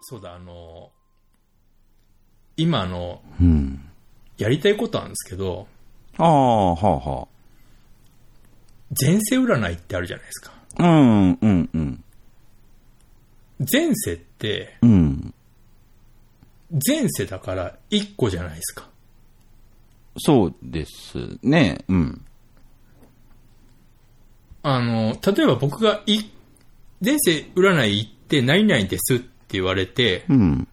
そうだ、あの、今あの、うん。やりたいことあるんですけど、ああ、はあは前世占いってあるじゃないですか。あ。うん、うん、うん。前世って、うん。前世だから1個じゃないですか。そうですね。うん。あの、例えば僕がい、前世占い行って何々ですって言われて、うん。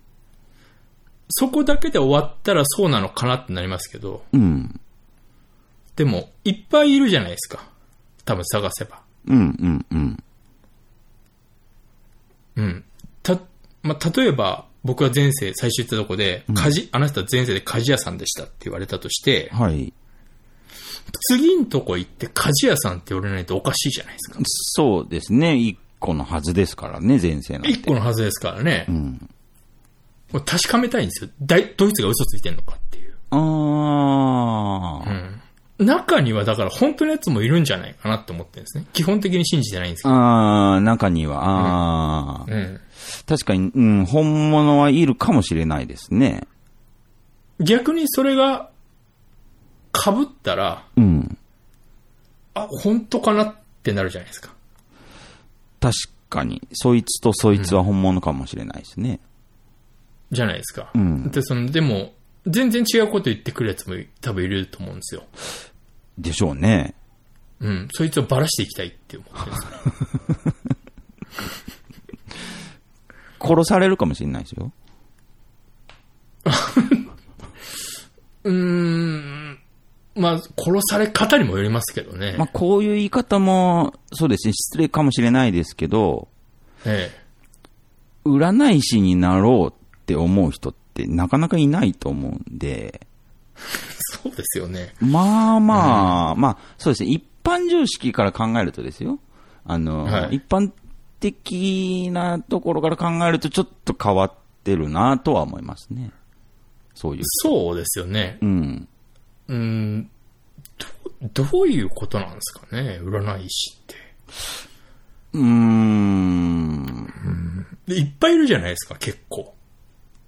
そこだけで終わったらそうなのかなってなりますけど、うん。でも、いっぱいいるじゃないですか。多分探せば。うん、うん、うん。うん。た、まあ、例えば、僕は前世、最初言ったとこで、鍛冶、あなた前世で鍛冶屋さんでしたって言われたとして、はい。次んとこ行って鍛冶屋さんって言われないとおかしいじゃないですか。そうですね。一個のはずですからね、前世なんて。一個のはずですからね。んもう確かめたいんですよ。だいドイツが嘘ついてんのかっていう。ああ、中にはだから本当のやつもいるんじゃないかなって思ってるんですね。基本的に信じてないんですけど。ああ、中には、ああ、うん。確かに、うん、本物はいるかもしれないですね。逆にそれが被ったら、うん。あ、本当かなってなるじゃないですか。確かに、そいつとそいつは本物かもしれないですね。じゃないですか。んで、その、でも、全然違うこと言ってくるやつも多分いると思うんですよ。でしょうね。うん。そいつをバラしていきたいって思ってるんです よ。殺されるかもしれないですよ。うーん。まあ、殺され方にもよりますけどね。まあ、こういう言い方も、そうですね、失礼かもしれないですけど、ええ。占い師になろうって思う人ってなかなかいないと思うんで、そうですよね。まあまあ、まあ、そうですね。一般常識から考えるとですよ。あの、はい一般的なところから考えるとちょっと変わってるなとは思いますね。そういう。そうですよねう。ん。うーん。ど、どういうことなんですかね、占い師って。うーん。で、いっぱいいるじゃないですか、結構。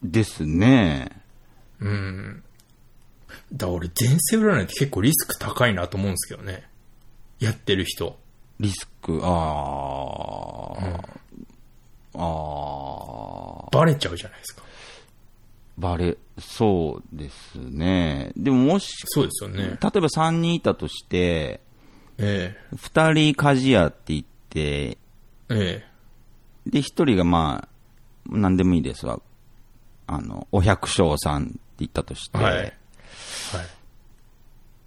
ですね。うん。だから俺、前世占いって結構リスク高いなと思うんですけどね。やってる人。リスク、あー。あー。バレちゃうじゃないですか。バレ、そうですね。でももし、そうですよ例えね。ば3人いたとして、え二人鍛冶屋って言って、え。えで、一人がまあ、何でもいいですわ。あの、お百姓さんって言ったとして、はいはい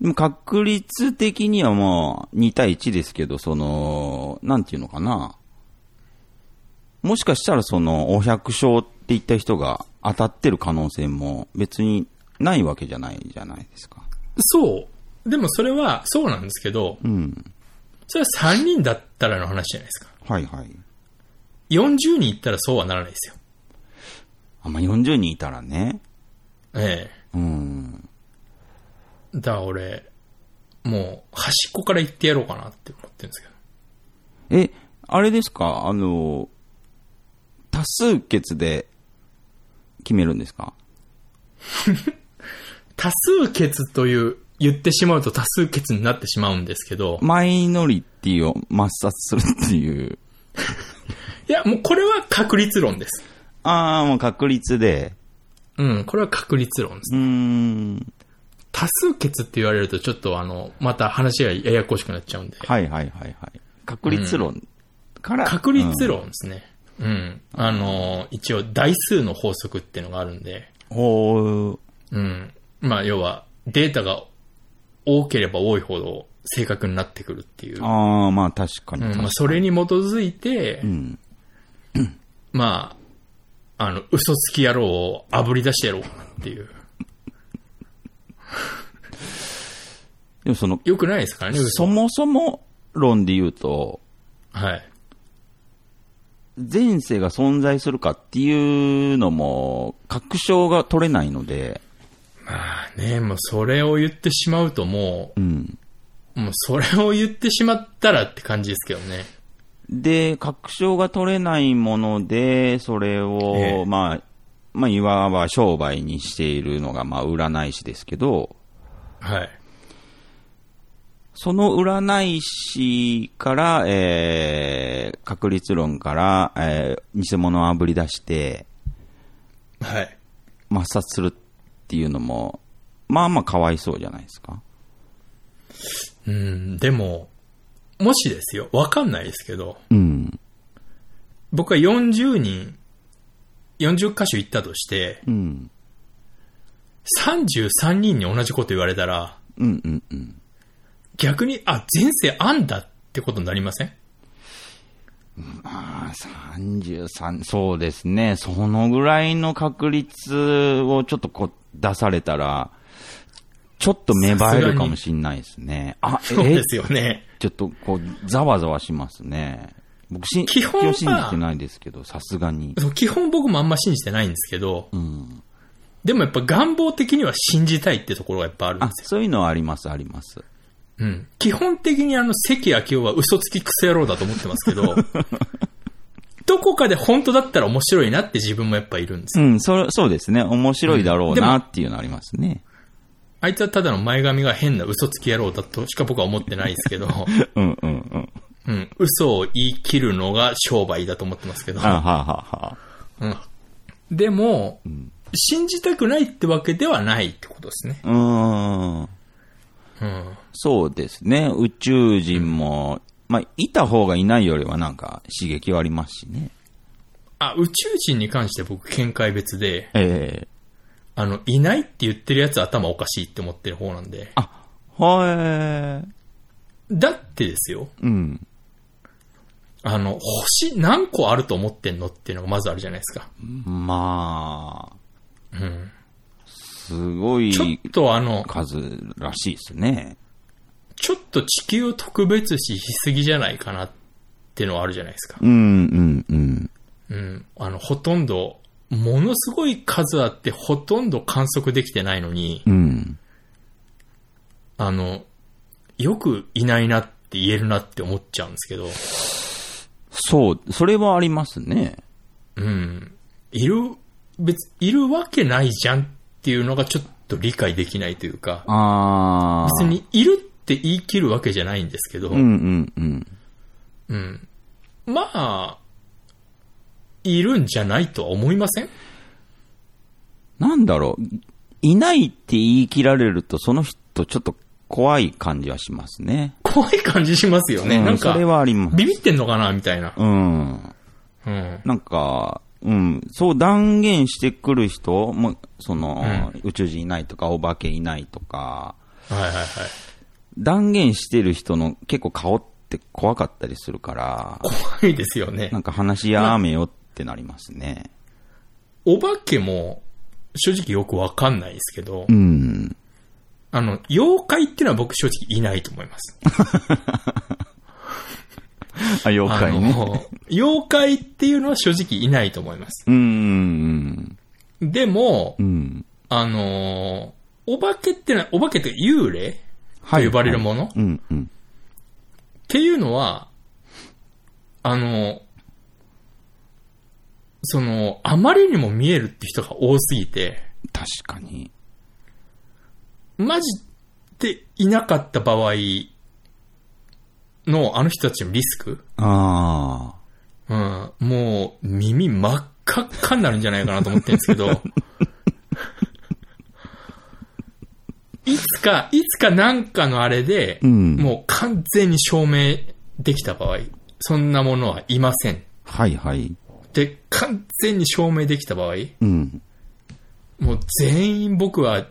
でも確率的にはもう2対1ですけど、その、なんていうのかな。もしかしたらその、お百姓って言った人が当たってる可能性も別にないわけじゃないじゃないですか。え。そう。でもそれは、そうなんですけど、うん。それは3人だったらの話じゃないですか。はいはい。 40人いったらそうはならないですよ。あんま40人いたらね。ええ。うん。だから俺、もう端っこから行ってやろうかなって思ってるんですけど。え、あれですかあの、多数決で決めるんですか多数決という、言ってしまうと多数決になってしまうんですけど、マイノリティを抹殺するっていう。いや、もうこれは確率論です。ああ、もう確率で。うん、これは確率論です。うーん。多数決って言われるとちょっとあの、また話がややこしくなっちゃうんで、はいはいはいはい。確率論から。確率論ですね。うん。あのー、一応台数の法則っていうのがあるんで、うん。ほうん。まあ、要は、データが多ければ多いほど正確になってくるっていうう。。ああ、まあ確かにうん確かまにあ、それに基づいて、んまあ、あの、嘘つき野郎をあぶり出してやろうかなっていう。でもその、よくないですからね、嘘。そもそも論で言うと、はい。前世が存在するかっていうのも、確証が取れないので、まあね、もうそれを言ってしまうともうん。う、もうそれを言ってしまったらって感じですけどね。で、確証が取れないもので、それを、ええまあ、まあ、いわば商売にしているのが、まあ、占い師ですけど、はい。その占い師から、えー、確率論から、えー、偽物をあぶり出して、はい。抹殺するっていうのも、まあまあかわいそうじゃないですか。うん、でも、もしですよ、わかんないですけど、うん。僕は40人、40箇所行ったとして、うん。 33人に同じこと言われたら、うんうんうん。逆に、あ、前世あんだってことになりませんまあ、33、そうですね。そのぐらいの確率をちょっとこう出されたら、ちょっと芽生えるかもしれないですね。あ、そうえですよね。ちょっとこう、ざわざわしますね。僕し、基本は一応信じてないですけど、さすがに。そう基本僕もあんま信じてないんですけど、うん。でもやっぱ願望的には信じたいってところがやっぱあるんあで、すよ。そういうのはあります、あります。うん。基本的にあの、関明夫は嘘つきクソ野郎だと思ってますけど、どこかで本当だったら面白いなって自分もやっぱいるんですうよ。ん、それそうですね。面白いだろうなっていうのありますね。あいつはただの前髪が変な嘘つき野郎だとしか僕は思ってないです けど、うんうんうん。うん。嘘を言い切るのが商売だと思ってますけど、あはあはあはあ。うん。でも、信じたくないってわけではないってことですね。うーん。うん。そうですね。宇宙人も、まあ、いた方がいないよりはなんか刺激はありますしね。あ、宇宙人に関して僕見解別で、ええあの、いないって言ってるやつ頭おかしいって思ってる方なんで。あ、はだってですよ、い。うん。あの、星何個あると思ってんのっていうのがまずあるじゃないですか。まあ、うん。すごいちょっとあの、数らしいですね。ちょっと地球を特別視しすぎじゃないかなっていうのはあるじゃないですか。うん、うん、うん。うん。あの、ほとんど、ものすごい数あってほとんど観測できてないのに、うん。あの、よくいないなって言えるなって思っちゃうんですけど、そう、それはありますね。うん。いる、別、いるわけないじゃんっていうのがちょっと理解できないというか、ああ。別。にいるって言い切るわけじゃないんですけど、うん、うん、うん。うんまあ、いるんじゃないとは思いませんなんだろう、いないって言い切られると、その人ちょっと怖い感じはしますね。怖い感じしますよね。うんなんかそれ、はあります。ビビってんのかなみたいな。うん。うん。なんか、うん、そう断言してくる人も、その、う宇宙人いないとか、お化けいないとか、はいはいはい。断言してる人の結構顔って怖かったりするから、怖いですよねな。んか話やめよってなりますね。お化けも、正直よくわかんないですけど、うん。あの、妖怪っていうのは僕正直いないと思います。あ、妖怪あね。の、 妖怪っていうのは正直いないと思います。うんうんでも、うん。うん。あのーお化けってのは、お化けって幽霊と呼ばれるもの、うんうん。っていうのは、あの、その、あまりにも見えるって人が多すぎて、確かに。マジでいなかった場合のあの人たちのリスク、ああ。うん、もう耳真っ赤っかになるんじゃないかなと思ってるんですけど、 いつか、いつかなんかのあれで、うんもう完全に証明できた場合、そんなものはいませんはいはい。で、完全に証明できた場合、うん。もう全員僕は自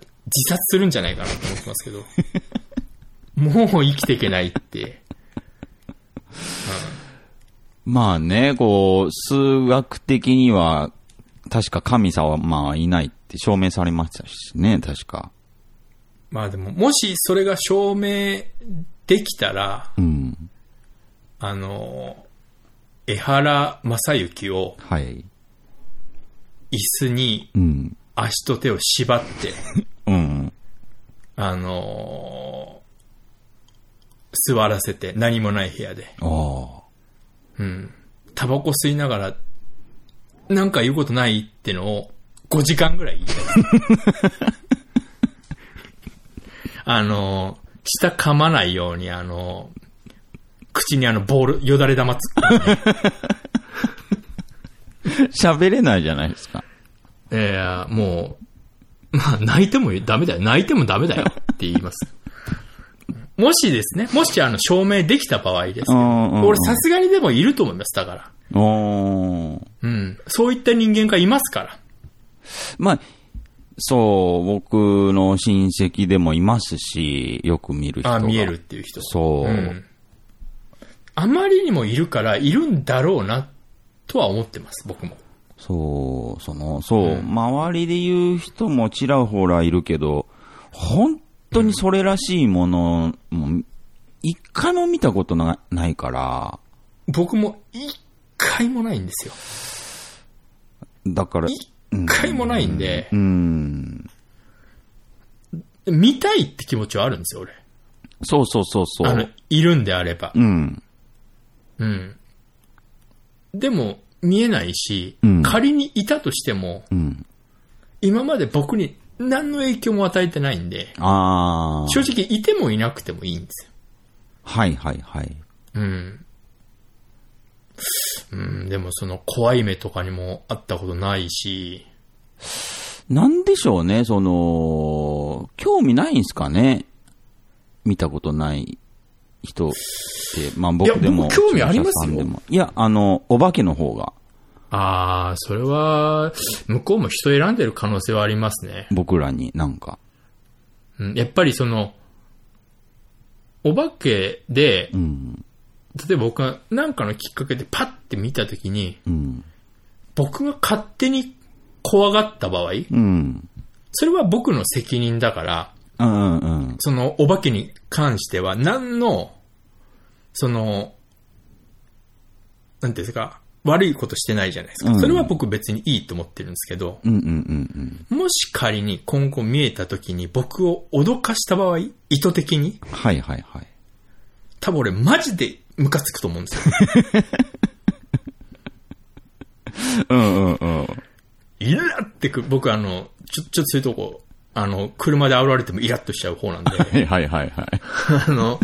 殺するんじゃないかなと思ってますけど、もう生きていけないって。まあね、こう、数学的には、確か神様はいないって証明されましたしね、確か。まあでも、もしそれが証明できたら、うん。あの、江原正幸をはい。椅子にうん。足と手を縛って、うん。あの、座らせて何もない部屋で。ああ。うん。タバコ吸いながら、なんか言うことないってのを、5時間ぐらい言いたい。 あの、舌噛まないように、あの、口にあの、ボール、よだれ玉突っ込んで、喋れないじゃないですか。 えー、もう、まあ、泣いてもダメだよ。泣いてもダメだよって言います。 もしですね、もしあの、証明できた場合ですけど、うんうんうん俺さすがにでもいると思います、だから。おーうん。そういった人間がいますから。まあ、そう、僕の親戚でもいますし、よく見る人が。あ見えるっ。ていう人。そう。ん。あまりにもいるから、いるんだろうな、とは思ってます、僕も。そう、その、そう、周りで言う人もちらほらいるけど、本当にそれらしいもの、もう一回も見たことなないから、僕も一回もないんですよ。だから、一回もないんでう、ん、見たいって気持ちはあるんですよ、俺。そうそうそうそあのう。、いるんであればう。ん、うん。でも、見えないしうん、仮にいたとしても、うん。今まで僕に何の影響も与えてないんで、ああ、正直いてもいなくてもいいんですよ。はいはいはい。うん。うん、でもその怖い目とかにもあったことないし、なんでしょうね、その、興味ないんすかね見たことない人って、まあ僕でも。僕興味ありますよお医者さんでもいや、あの、お化けの方が、ああ、それは、向こうも人選んでる可能性はありますね。僕らになんか。うん、やっぱりその、お化けで、うん、例えば僕が何かのきっかけでパッて見たときに、うん、僕が勝手に怖がった場合、うん、それは僕の責任だから、うん、うん、そのお化けに関しては、何の、その、なんていうんですか、悪いことしてないじゃないですうか。んそれは僕別にいいと思ってるんですけど、うん、うん、うん、もし仮に今後見えた時に僕を脅かした場合、意図的に、はいはいはい。多分俺マジでムカつくと思うんですよ。うん、うん、うん。イラってく、僕あの、ちょ、ちょっとそういうとこ、あの、車で煽られてもイラッとしちゃう方なんで、はいはいはいはい。あの、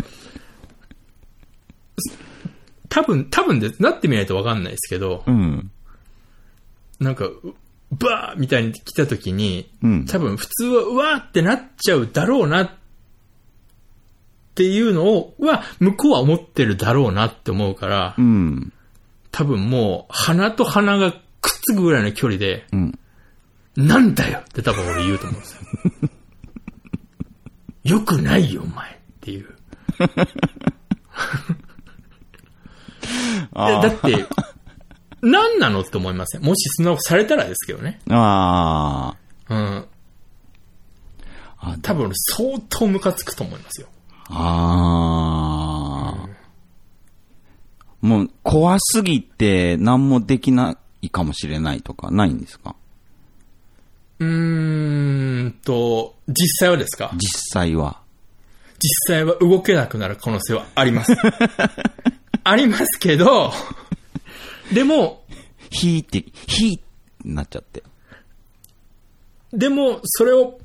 多分、多分で、なってみないとわかんないですけど、うん、なんか、うバーみたいに来た時に、うん、多分普通はうわーってなっちゃうだろうなっていうのを、は、向こうは思ってるだろうなって思うからう、ん、多分もう鼻と鼻がくっつくぐらいの距離で、うん。なんだよって多分俺言うと思うんですよ。 よくないよお前っていう。あだだーって、何なのって思いません。もしそんなことされたらですけどね。あうん。ー、あ多分俺相当ムカつくと思いますよ。ああ、もう怖すぎて何もできないかもしれないとかないんですかうーんと、実際はですか実際は。実際は動けなくなる可能性はあり ます。ありますけど、でも、ひーって、ひーってなっちゃって。でも、それを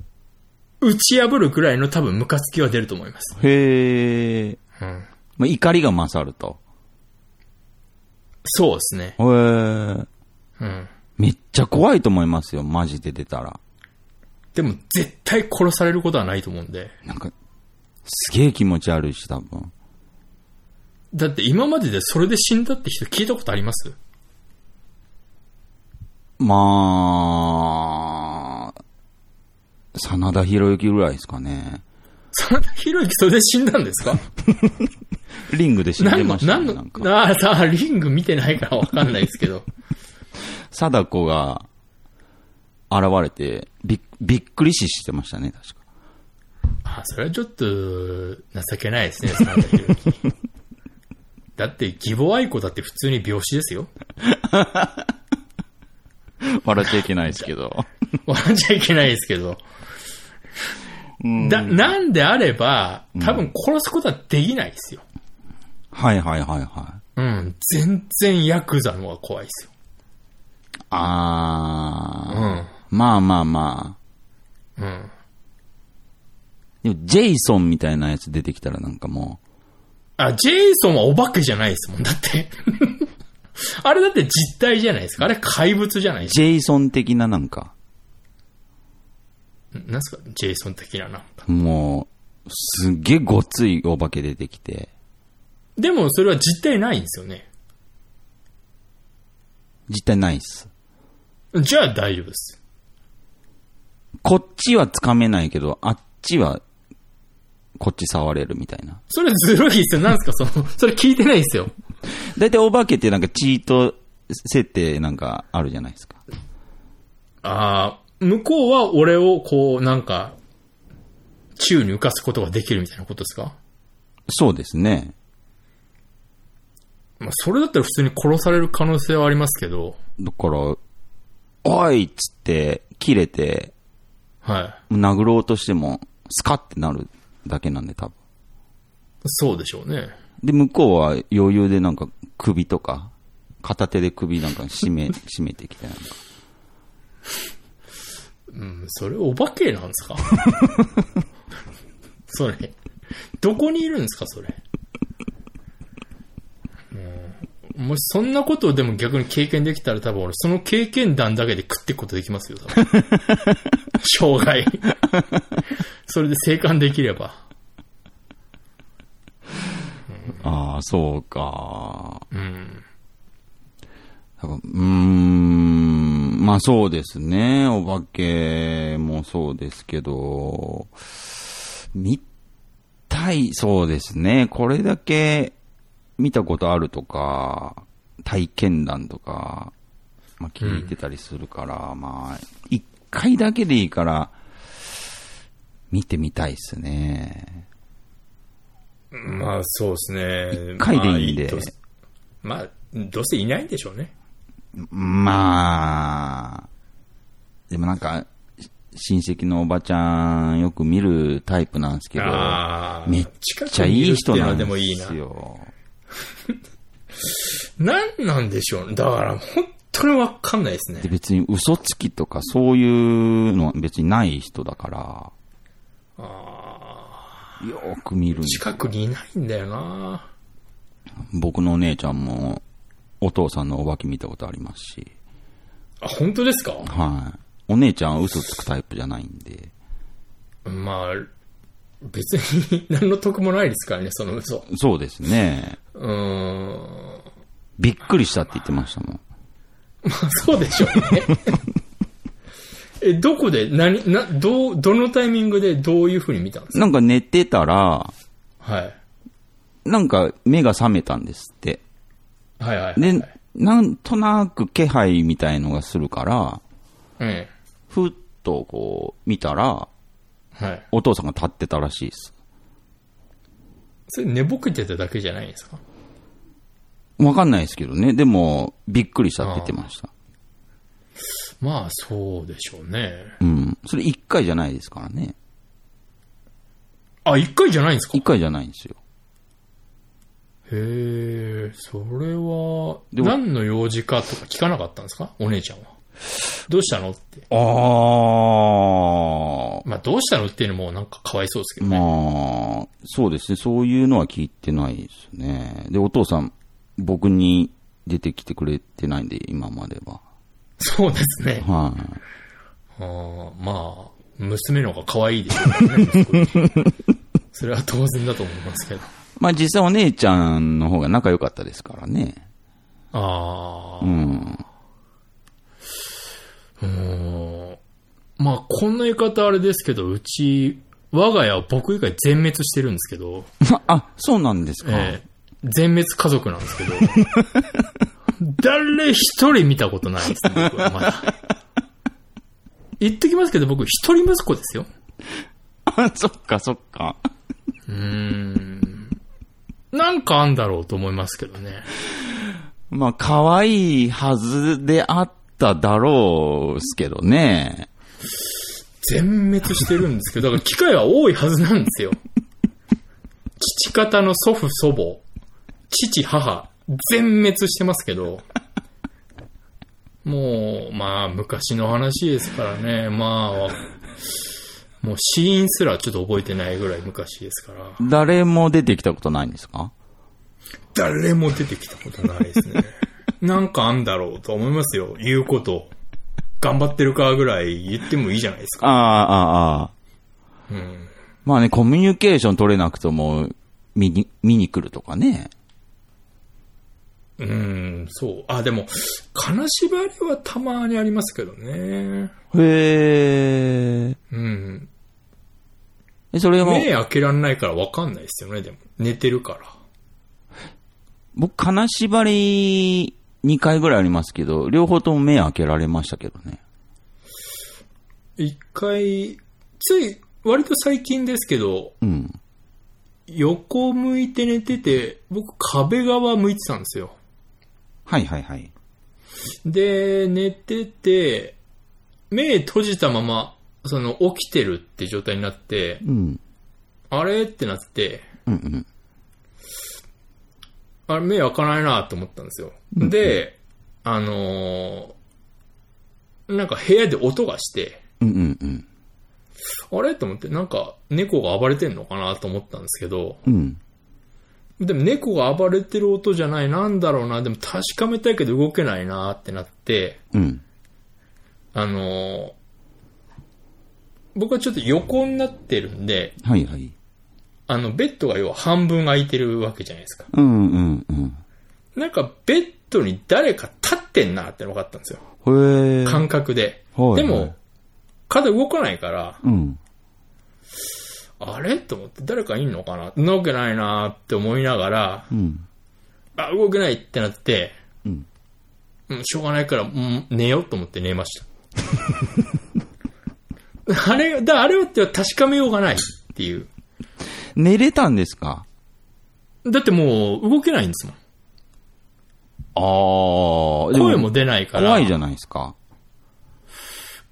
打ち破るぐらいの多分ムカつきは出ると思います。へえ。うん、まあ、怒りが勝ると。そうですね。へえ。うん、めっちゃ怖いと思いますよ、マジで出たら。でも、絶対殺されることはないと思うんで。なんか、すげえ気持ち悪いし、多分。だって今まででそれで死んだって人聞いたことありますまあ、真田広之ぐらいですかね。真田広之それで死んだんですかリングで 死んで何のま、した何のね。なん、かああ、さあ、リング見てないからわかんないですけど。貞子が現れて、びっびっくり死してましたね、確か。あ、それはちょっと、情けないですね、真田広之。だって、義母愛子だって普通に病死ですよ。笑っちゃいけないですけど。笑っちゃいけないですけど。だ、なんであれば、多分殺すことはできないですよ。はいはいはいはうん、全然ヤクザの方が怖いですよ。うあん。ー、まあまあまあ。うん。でも、ジェイソンみたいなやつ出てきたらなんかもあ、ジェイソンはお化けじゃないですもん。だって。 あれだって実体じゃないですか。あれ怪物じゃないでう、すか。ジェイソン的ななんか、なんすかジェイソン的ななんか。もう、すっげえごっついお化け出てきて。でもそれは実体ないんですよね。実体ないっす。じゃあ大丈夫です。こっちはつかめないけど、あっちは、こっち触れるみたいな。それずるいですよ。なんすか その、それ聞いてないですよ。だいたいお化けってなんかチート設定なんかあるじゃないですか。ああ、向こうは俺をこう、なんか、宙に浮かすことができるみたいなことですかそうですね。まあ、それだったら普通に殺される可能性はありますけど、だから、おいっつって、切れて、はい。殴ろうとしても、スカってなるだけなんで多分。そうでしょうね。で、向こうは余裕でなんか首とか、片手で首なんか締め、締めてきてなんか。うん、それお化けなんですか それ。どこにいるんですかそれ。もう、もしそんなことをでも逆に経験できたら多分俺その経験談だけで食っていくことできますよ、多分。 生涯。それで生還できれば。ああ、そうか。うん。多分うーん、まあそうですね。お化けもそうですけど、見たい、そうですね。これだけ見たことあるとか、体験談とか、まあ聞いてたりするから、まあ、一回だけでいいから、見てみたいですね。まあ、そうですね。一回でいいんでまあどうせまあ、どうせいないんでしょうね。まあ、でもなんか、し親戚のおばちゃんよく見るタイプなんですけど、ああ。めっ近ちゃくにいいるって人うのなはんでもいいなです。よ。なんなんでしょうね。だから、本当にわかんないですで、ね。別に嘘つきとかそういうのは別にない人だから、よーく見るんです近くにいないんだよな僕のお姉ちゃんも、お父さんのお化け見たことありますし、あ、本当ですかはい。お姉ちゃんは嘘つくタイプじゃないんで、まあ、別に何の得もないですからね、その嘘。そうですね。うーん。 びっくりしたって言ってましたもん。まあ、そうでしょうね。 え、どこで、何、な、どう、どのタイミングでどういう風に見たんですなんか寝てたら、かはい。なんか目が覚めたんですって。はいはいはい。で、なんとなく気配みたいのがするから、うん。ふっとこう見たら、はい。お父さんが立ってたらしいです。それ寝ぼけてただけじゃないんですかわかんないですけどね。でも、びっくりしたって言ってました。まあ、そうでしょうね。うん。それ一回じゃないですからね。あ、一回じゃないんですか一回じゃないんですよ。へえ、それは、でも何の用事かとか聞かなかったんですかお姉ちゃんは。どうしたのって。あまあ、どうしたのっていうのもなんかかわいそうですけどね。まあ、そうですね。そういうのは聞いてないですね。で、お父さん、僕に出てきてくれてないんで、今までは。そうですね。はい。あーまあ、娘の方が可愛いでしょうからね息子よ り。それは当然だと思いますけど。まあ実際お姉ちゃんの方が仲良かったですからね。ああ、うん。うーんまあ、こんな言い方あれですけど、うち、我が家は僕以外全滅してるんですけど。 あ、そうなんですか。ええ全滅家族なんですけど、誰一人見たことないですね、僕はまだ。言っときますけど、僕、一人息子ですよ。あ そっかそっか。うーん。なんかあんだろうと思いますけどね。まあ可愛いはずであっただろうすけどね。全滅してるんですけど、だから機会は多いはずなんですよ。父方の祖父祖母、父母、全滅してますけど、もう、まあ、昔の話ですからね、まあ、もう死因すらちょっと覚えてないぐらい昔ですから、誰も出てきたことないんですか誰も出てきたことないですね。なんかあんだろうと思いますよ、言うこと。頑張ってるかぐらい言ってもいいじゃないですあか。あ、ああ、ああ。うん。まあね、コミュニケーション取れなくとも、見に、見に来るとかね。うん、そう。あ、でも、金縛りはたまにありますけどね。へえ。うん。え、それも、目開けられないから分かんないですよね、でも。寝てるから。僕、金縛り2回ぐらいありますけど、両方とも目開けられましたけどね。一回、つい、割と最近ですけど、うん。横向いて寝てて、僕壁側向いてたんですよ。はいはいはい。で、寝てて、目閉じたまま、その起きてるって状態になって、うん。あれってなって、うんうん。あれ目開かないなと思ったんですよ。で、あのーなんか部屋で音がして、うんうんうん。あれと思って、なんか猫が暴れてんのかなと思ったんですけど、うん。でも猫が暴れてる音じゃない、なんだろうな、でも確かめたいけど動けないなってなって、うん。あのー僕はちょっと横になってるんで、はいはい。あの、ベッドが要は半分空いてるわけじゃないですか。うんうんうん。なんかベッドに誰か立ってんなってのが分かったんですよ。へえ。感覚で。はいでも、、肩動かないから、うん。あれと思って、誰かいんのかな動けないなーって思いながら、うん。あ、動けないってなって、うん。うん、しょうがないから、うん、寝ようと思って寝ました。 あれ、だ、あれはって確かめようがないっていう。寝れたんですかだってもう動けないんですもん。ああ。声声も出ないから。怖いじゃないですか。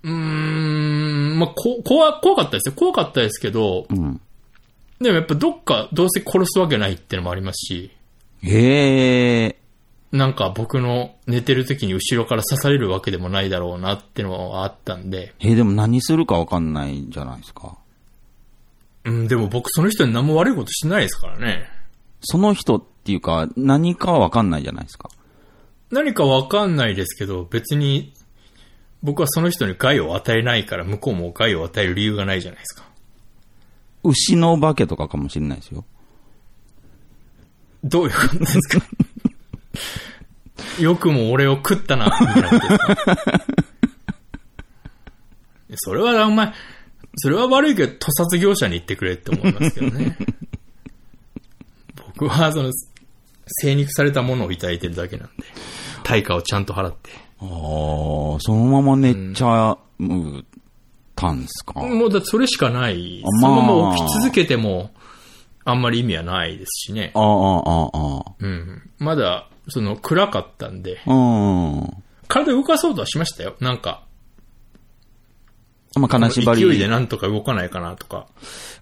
うーん、まあ、こ、怖、怖かったですよ。怖かったですけど、うん。でもやっぱどっかどうせ殺すわけないってのもありますし、へえ。なんか僕の寝てる時に後ろから刺されるわけでもないだろうなってのはあったんで、えー、でも何するかわかんないじゃないですか。うん、でも僕その人に何も悪いことしてないですからね。その人っていうか、何かはわかんないじゃないですか。何かわかんないですけど、別に僕はその人に害を与えないから向こうも害を与える理由がないじゃないですか。牛のお化けとかかもしれないですよ。どういうことですか よくも俺を食ったな、みたいなことですか それは、お前、それは悪いけど、屠殺業者に言ってくれって思いますけどね。 僕は、その、精肉されたものをいただいてるだけなんで、対価をちゃんと払って。ああ、そのまま寝ちゃう、たんですか。もうだってそれしかない。あそまあのまま起き続けても、あんまり意味はないですしねあ。あ、ああ、あうん。まだ、その、暗かったんで、あ。うん。体動かそうとはしましたよ。なんか、まあ、金縛勢いでり、なんとか動かないかなとか。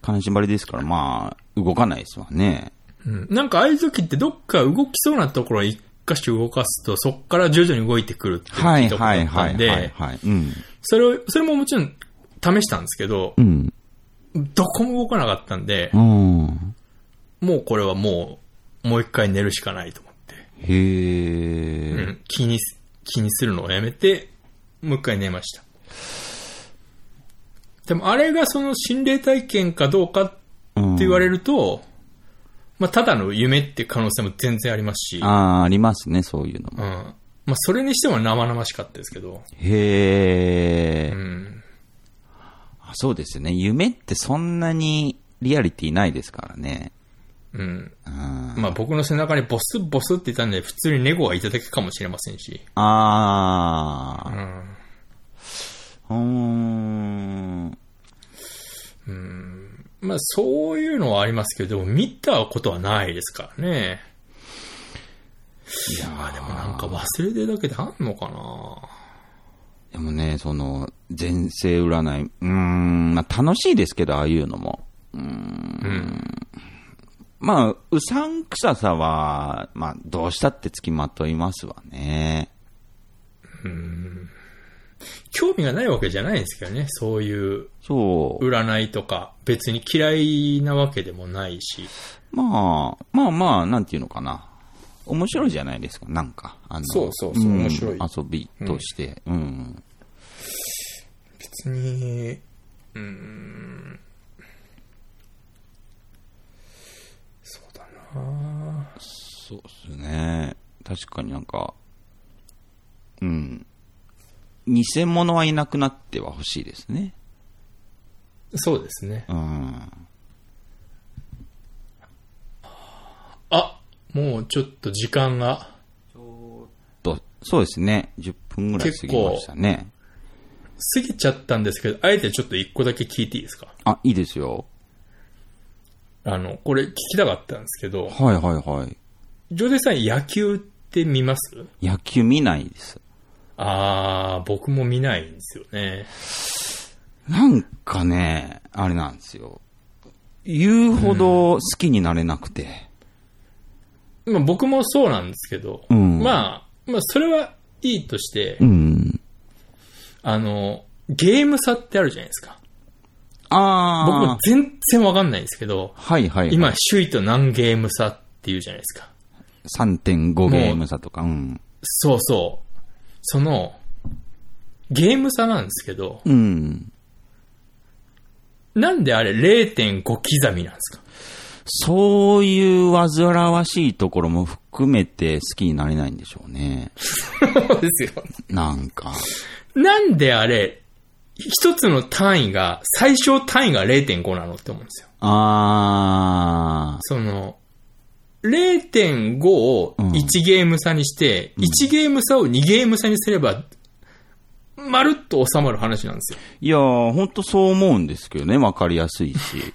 金縛りですから、まあ、動かないですわね。うん。なんかああいう時ってどっか動きそうなところを一箇所動かすと、そっから徐々に動いてくるっていうはい、ところはい、だったはんい、はい、で、はい。うん。それを、それももちろん試したんですけどう、ん。どこも動かなかったんでう、ん。もうこれはもう、もう一回寝るしかないと思って。へえ、うん。気にす、気にするのをやめて、もう一回寝ました。でもあれがその心霊体験かどうかうん。って言われると、まあ、ただの夢って可能性も全然ありますし、ああ、ありますね、そういうのうん。も。まあ、それにしても生々しかったですけど、へえ、うん。あそうですね。夢ってそんなにリアリティないですからね。うん。うん。まあ、僕の背中にボスボスっていたんで、普通に猫がいただけかもしれませんし、うあん。あ、うーん。まあ、そういうのはありますけど、見たことはないですからね。いやーでもなんか忘れてるだけであんのかなでもね、その、前世占い、うーん、まあ楽しいですけど、ああいうのも。うん。まあ、うさんくささは、まあ、どうしたってつきまといますわね。興味がないわけじゃないんですけどね、そういうそう。占いとか、別に嫌いなわけでもないし。まあ、まあまあ、なんていうのかな。面白いじゃないですか、なんか。あのそうそうそうん面白い遊びとして。うん。別に、うーん。そうだなそうですね。確かになんか、うん。偽物はいなくなってはほしいですね。そうですね。うん。あ、もうちょっと時間が、と、そうですね。10分ぐらい過ぎましたね。過ぎちゃったんですけど、あえてちょっと一個だけ聞いていいですかあ、いいですよ。あの、これ聞きたかったんですけど、はいはいはい。ジョゼさん野球って見ます野球見ないです。あー、僕も見ないんですよね。なんかね、あれなんですよ。言うほど好きになれなくて。まあ僕もそうなんですけど、うんまあ、まあそれはいいとして、うん。あの、ゲーム差ってあるじゃないですか。あ僕あも。全然わかんないんですけど、はいはいはい。今、首位と何ゲーム差っていうじゃないですか。 3.5ゲーム差とか。うん。そうそう。その、ゲーム差なんですけど、うん。なんであれ0.5刻みなんですかそういう煩わしいところも含めて好きになれないんでしょうね。そう ですよ。なんか。なんであれ、一つの単位が、最小単位が0.5なのって思うんですよ。あその、0.5をうん1ゲーム差にして、1ゲーム差を2ゲーム差にすれば、まるっと収まる話なんですよ。ー。いやー、ほんとそう思うんですけどね。わかりやすいし。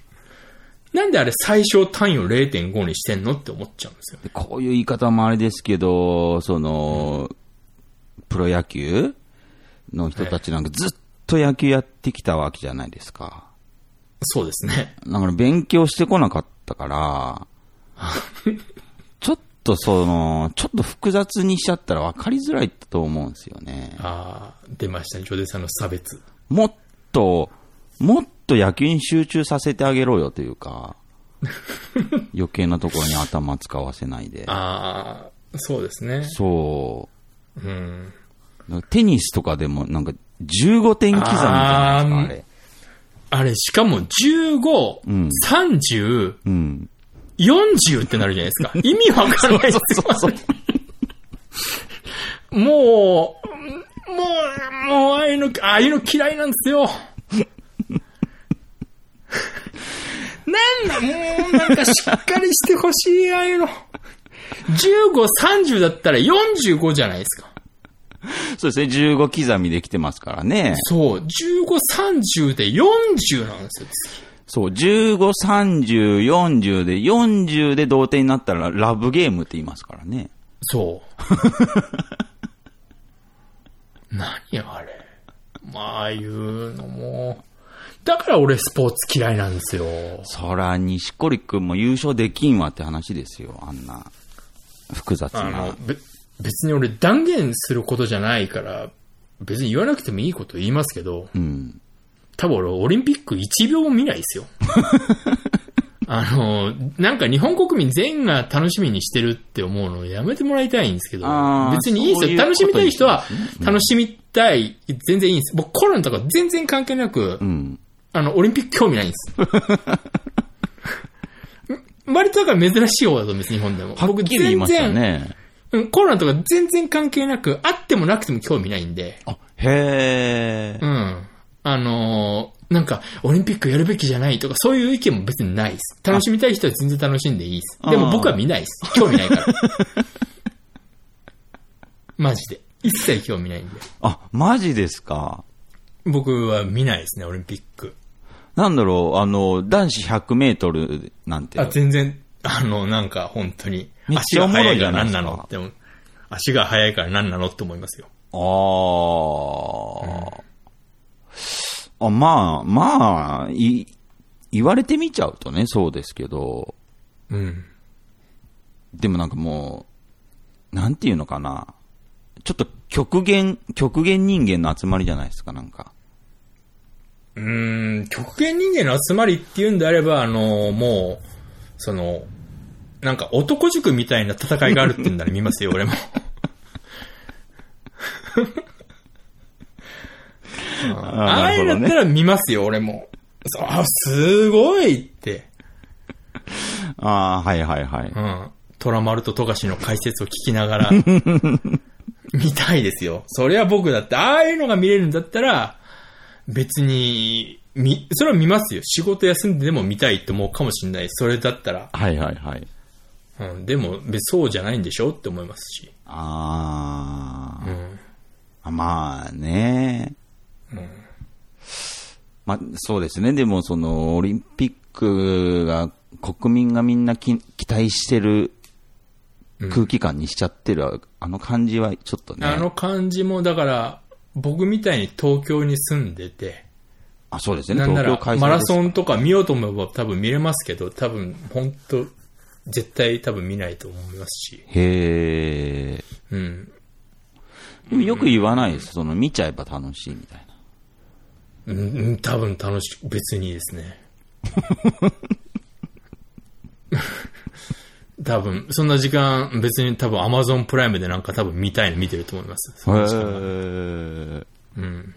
なんであれ最小単位を0.5にしてんのって思っちゃうんですよね。でこういう言い方もあれですけど、その、プロ野球の人たちなんかずっと野球やってきたわけじゃないですか。そうですね。だから勉強してこなかったから、ちょっとその、ちょっと複雑にしちゃったら分かりづらいと思うんですよね。ああ、出ましたね。ジョデさんの差別。もっと、もっと野球に集中させてあげろよというか、余計なところに頭使わせないで。ああ、そうですね。そう。うん。なんかテニスとかでも、なんか、15点刻みじゃないですか、あれ、しかも15、ん30、あれ。うん。 40ってなるじゃないですか。意味わかんないですよ。もう、もう、もう、ああいうの、ああいうの嫌いなんですよ。なんだ、もう、なんかしっかりしてほしい、ああいうの。15、30だったら45じゃないですか。そうですね、15刻みできてますからね。そう、15、30で40なんですよ。そう、15、30、40で、40で同点になったらラブゲームって言いますからね。そう。 何よあれ。まあ、ああいうのも。だから俺スポーツ嫌いなんですよ。そら、西堀くんも優勝できんわって話ですよ、あんな。複雑あのな。、べ別に俺断言することじゃないから、別に言わなくてもいいこと言いますけど、うん。多分俺オリンピック1秒も見ない ですよ。あの、なんか日本国民全員が楽しみにしてるって思うのやめてもらいたいんですけどあ、ー別にいいですよ。そういうこと楽しみたい人はですねうん楽しみたい。全然いいんです。僕コロナとか全然関係なく、うん。あの、オリンピック興味ないん です。割とだから珍しい方だと思うんです、日本でも。はっきり言いました僕全然ね。うん、コロナとか全然関係なく、あってもなくても興味ないんで。あ、へうえ。ん。あのーなんか、オリンピックやるべきじゃないとか、そういう意見も別にないです。楽しみたい人は全然楽しんでいいです。あでも僕は見ないです。 興味ないから。マジで。一切興味ないんで。あ、マジですか。僕は見ないですね、オリンピック。なんだろう、あの、男子100メートルなんて。あ、全然、あの、なんか本当に、めっ足ちゃがおもろ速いいじかゃらないで何すなかのって思う、足が速いから何なのって思いますよ。ああ。あ、まあ、まあ、い、言われてみちゃうとね、そうですけど、うん。でもなんかもう、なんていうのかな。ちょっと極限、極限人間の集まりじゃないですか、なんか。うーん、極限人間の集まりっていうんであれば、あの、もう、その、なんか男塾みたいな戦いがあるっていうんなら見ますよ、俺も。ああいうのだったら見ますよ、俺も。そうあ、すごいって。ああ、はいはいはい。うん。トラマルとトガシの解説を聞きながら、見たいですよ。それは僕だって、ああいうのが見れるんだったら、別に、み、それは見ますよ。仕事休んででも見たいって思うかもしれない。それだったら。はいはいはい。うん。でも、別そうじゃないんでしょって思いますし。あうーん。あ、まあね。まあそうですね。でもそのオリンピックが国民がみんなき期待してる空気感にしちゃってる、あの感じはちょっとね。あの感じも、だから、僕みたいに東京に住んでて、あ、そうですね。なんなら東京開催ですマラソンとか見ようと思えば多分見れますけど、多分本当絶対多分見ないと思いますし。へえ。うん。でもよく言わないです。その見ちゃえば楽しいみたいな。うんうん、多分楽しく、別にいいですね。 多分、そんな時間、別に多分 Amazon プライムでなんか多分見たいの見てると思います。その時間へえ。うん。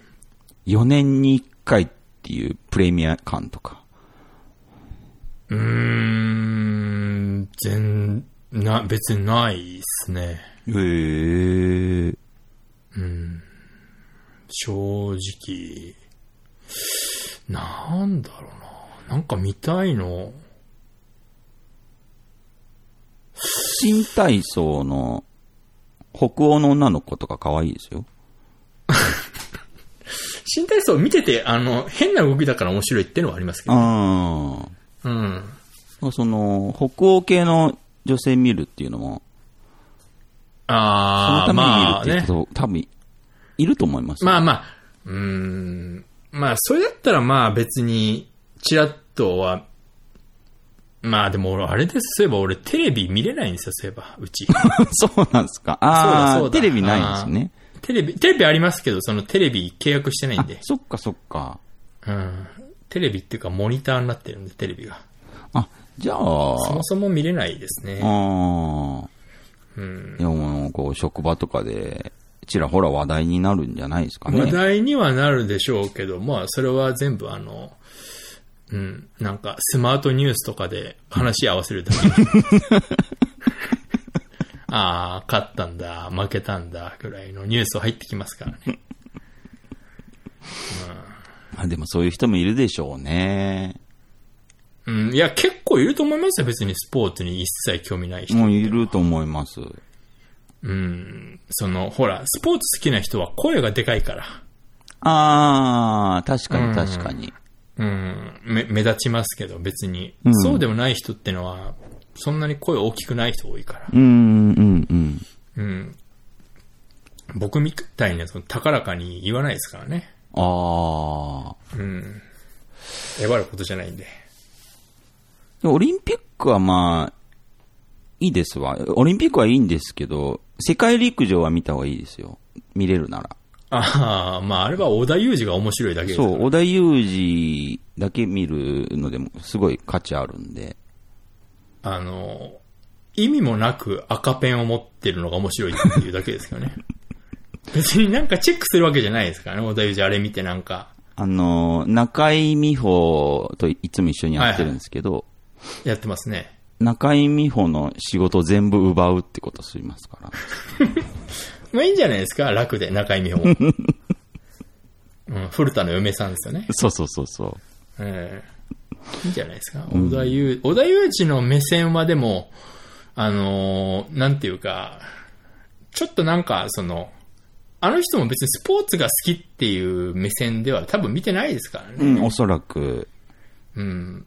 4年に1回っていうプレミア感とか。うーん、全、な、別にないですね。へえ。正直、なんだろうな。なんか見たいの。新体操の北欧の女の子とか可愛いですよ。新体操見てて、あの、変な動きだから面白いってのはありますけど。あうん。あ。その、北欧系の女性見るっていうのも、そのあたあ、めまあに見るっていうね。人、多分、いると思いますよ。まあまあ、うーん。まあ、それだったらまあ別に、チラッとは、まあでも俺、あれです。そういえば俺、テレビ見れないんですよ、そういえば、 うち。 そうなんですか。あそうだそあ、うだテレビないんですね。テレビ、テレビありますけど、そのテレビ契約してないんあで、。そっかそっか。うん。テレビっていうか、モニターになってるんで、テレビが。あ、じゃあ、そもそも見れないですね。ああ。うん。でも、こう、職場とかで、ちらほら話題になるんじゃないですかね。話題にはなるでしょうけど、まあ、それは全部あの、うん、なんか、スマートニュースとかで話合わせるだ け。ああ、勝ったんだ、負けたんだ、ぐらいのニュース入ってきますからね。まあでもそういう人もいるでしょうね。うん、いや、結構いると思いますよ、別にスポーツに一切興味ない人。もういると思います。うん、その、ほら、スポーツ好きな人は声がでかいから。ああ、確かに確かに。うん、め、目立ちますけど、別に。うんそうでもない人ってのは、そんなに声大きくない人多いから。うん、うん、うん。うん。僕みたいに、その、高らかに言わないですからね。ああ。うん。粘ることじゃないんで。でもオリンピックはまあ、いいですわ。オリンピックはいいんですけど、世界陸上は見た方がいいですよ。見れるなら。ああ、まあ、あれは小田裕二が面白いだけですからそう、織田裕二だけ見るのでも、すごい価値あるんで。あの、意味もなく赤ペンを持ってるのが面白いっていうだけですよ ね。別になんかチェックするわけじゃないですからね、小田裕二あれ見てなんか、あの、中井美穂といつも一緒にやってるんですけど、やってますね。中井美穂の仕事全部奪うってことしま すから。まあいいんじゃないですか、楽で、中井美穂 も。うん、古田の嫁さんですよね。そうそうそうそう。ええいいんじゃないですか。小田裕、小田裕二の目線はでも、あのーなんていうか、ちょっとなんか、その、あの人も別にスポーツが好きっていう目線では多分見てないですからうね。ん、おそらく。うん。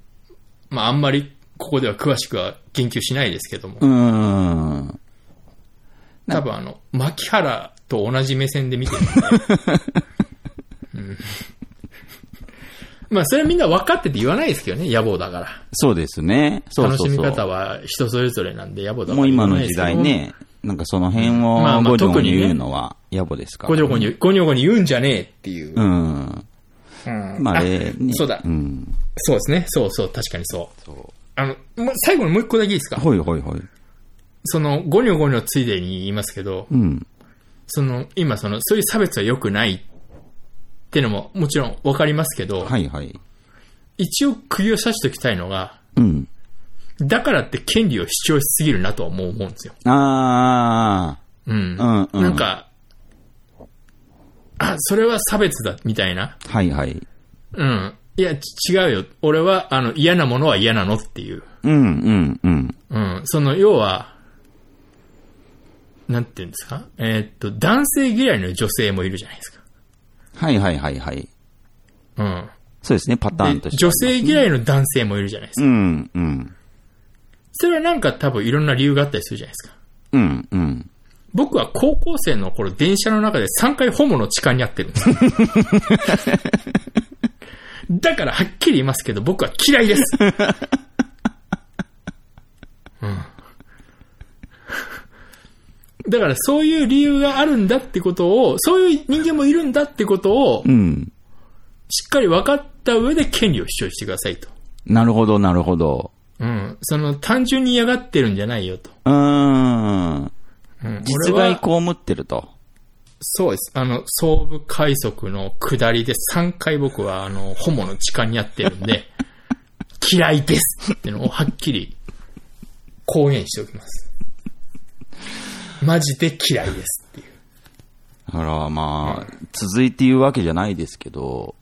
まあ、あんまりここでは詳しくは言及しないですけどもう、ーん。多分あの、牧原 と同じ目線で見てる、うんまあ、それはみんな分かってて言わないですけどね、野望だから。そうですね。そうそうそう。楽しみ方は人それぞれなんで野暮だからもう言今わのないで時すけど。代ね、なんかその辺まあをまあごにょご特ににょね言うのは野暮ですから。ごにょごにょ、ごにょごにょ言うんじゃねえっていう。うん。うんまあ、あれ、ね。そうだうん。そうですね。そうそう、確かにそう。そあの、もう最後にもう一個だけいいですう。かほいほいほい。その、ごにょごにょついでに言いますけど、うん。その、今その、そういう差別は良くないってのももちろんわかりますけど、はいはい。一応釘を刺しておきたいのが、うん。だからって権利を主張しすぎるなとはもう思うんですよ。あうん。うんうんなんか、あ、それは差別だ、みたいな。ー。はいはい。うん。いや、ち違うよ。俺は、あの、嫌なものは嫌なのっていう。うんうんうん。うん。その、要は、なんていうんですかえーっと、男性嫌いの女性もいるじゃないですか。はいはいはいはい。うん。そうですね、パターンとでしては女。性嫌いの男性もいるじゃないですか。うんうん。それはなんか多分いろんな理由があったりするじゃないですか。うんうん。僕は高校生の頃、電車の中で3回ホモの痴漢にあってるんですよ だからはっきり言いますけど、僕は嫌い です。うん、だからそういう理由があるんだってことを、そういう人間もいるんだってことをう、ん。しっかり分かった上で権利を主張してくださいと。なるほどなるほど。うん。その単純に嫌がってるんじゃないよと。うーん。うん、実俺は害被ってると。そうです。あの、総武快速の下りで3回僕は、あの、ホモの痴漢にやってるんで、 嫌いですってのをはっきり公言しておきます。マジで嫌いですっていう。だからまあ、続いて言うわけじゃないですけど、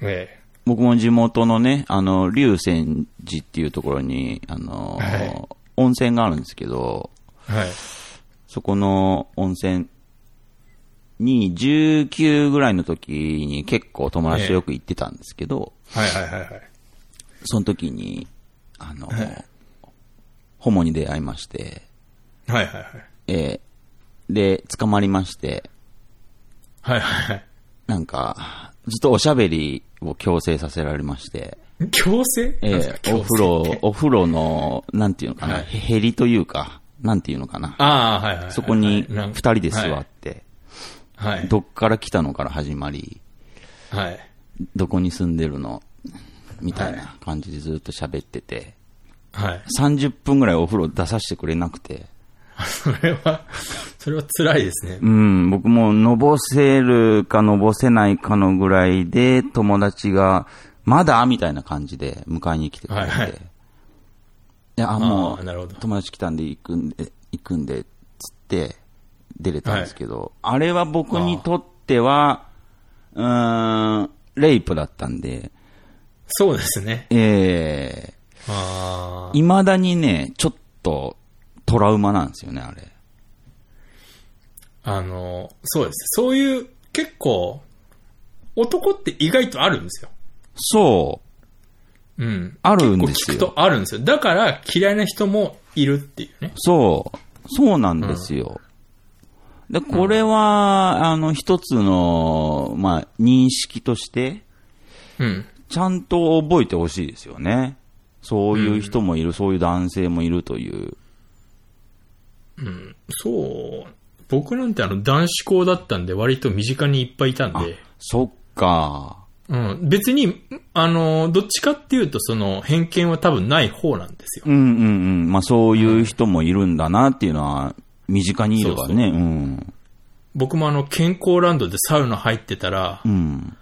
ええ。僕も地元のね、あの、竜泉寺っていうところに、あの、はい温泉があるんですけど、はい。そこの温泉に19ぐらいの時に結構友達とよく行ってたんですけど、はいはいはいはい。その時に、あの、ホモに出会いまして、はいはいはい。えーで、捕まりまして、はいはいなんか、ずっとおしゃべりを強制させられまして、はい。強制えなんですーか強制お風呂って、お風呂の、なんていうのかな、はいへへりというか、なんていうのかな。ああ、はいはいはい。そこになん二人で座はっいて、はい。どっから来たのから始まり、はい。どこに住んでるの、みたいな感じでずっと喋ってて、はい。 30分ぐらいお風呂出させてくれなくて、それは、それは辛いですね。うん、僕ものぼせるかのぼせないかのぐらいで、友達が、まだみたいな感じで迎えに来てくれて、はいはいいや、あもあーなるほうど、友達来たんで行くんで、行くんで、つって、出れたんですけど、あれは僕にとっては、うーん、レイプだったんで、そうですね。えああー、。未だにね、ちょっと、トラウマなんですよね、あれ。あの、そうです。そういう、結構、男って意外とあるんですよ。そう、うん。あるんで結構す聞くよ。とあるんですよ。だから嫌いな人もいるっていうね。そう。そうなんですよ。で、これは、あの、一つの、まあ、認識として、うん。ちゃんと覚えてほしいですよね。そういう人もいる、そういう男性もいるという。そう。僕なんてあの男子校だったんで割と身近にいっぱいいたんで。そっか。うん。別に、あの、どっちかっていうとその偏見は多分ない方なんですよ。うんうんうん。まあ、そういう人もいるんだなっていうのは、身近にいればね。うん。僕もあの健康ランドでサウナ入ってたらう、ん。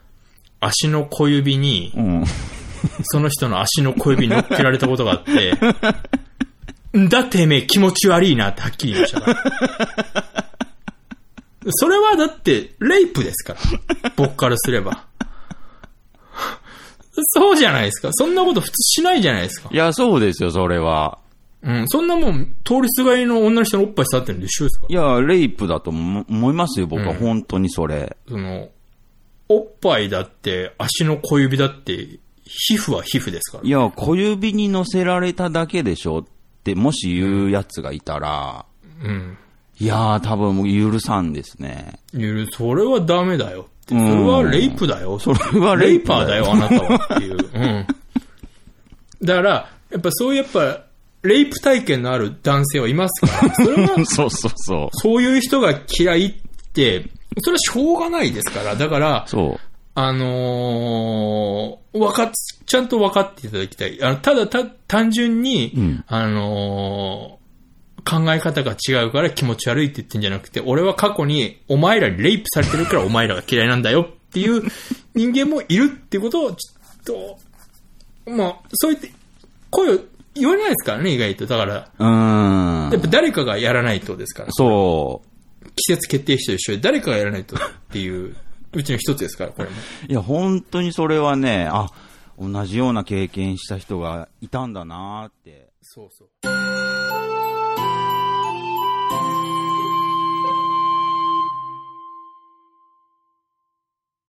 足の小指にうん。その人の足の小指に乗っけられたことがあ って、んだてめえ気持ち悪いなってはっきり言いましたから。それはだって、レイプですから。僕からすれば。そうじゃないですか。そんなこと普通しないじゃないですかい。や、そうですよ、それは。うん。そんなもん、通りすがりの女の人のおっぱい触ってるんで一緒ですかいら。や、レイプだと思思いますよ、僕は。うん本当にそれ。その、おっぱいだって、足の小指だって、皮膚は皮膚ですからい。や、小指に乗せられただけでしょって、もし言うやつがいたら、うん。いやー、多分もう許さんですね。ゆるそれはダメだよって。それはレイプだよ。それはレレイイパーパーだだよ、よあなたはっていう。うん。だから、やっぱそういうやっぱ、レイプ体験のある男性はいます から、それは、 そうそうそう。そういう人が嫌いって、それはしょうがないですから、だから、そう。あのー、わかっ、ちゃんと分かっていただきたい。あの、ただ、た、単純に、うんあのー、考え方が違うから気持ち悪いって言ってんじゃなくて、俺は過去にお前らにレイプされてるからお前らが嫌いなんだよっていう人間もいるってことを、ちょっと、まあ、そう言って、声を言わないですからね、意外と。だから、うーやっぱん。誰かがやらないとですから。そ季節決定誌と一緒で誰かがやらないとっていう、うちの一つですから、これも。う。いや、本当にそれはね、あ、同じような経験した人がいたんだなーって。そうそう。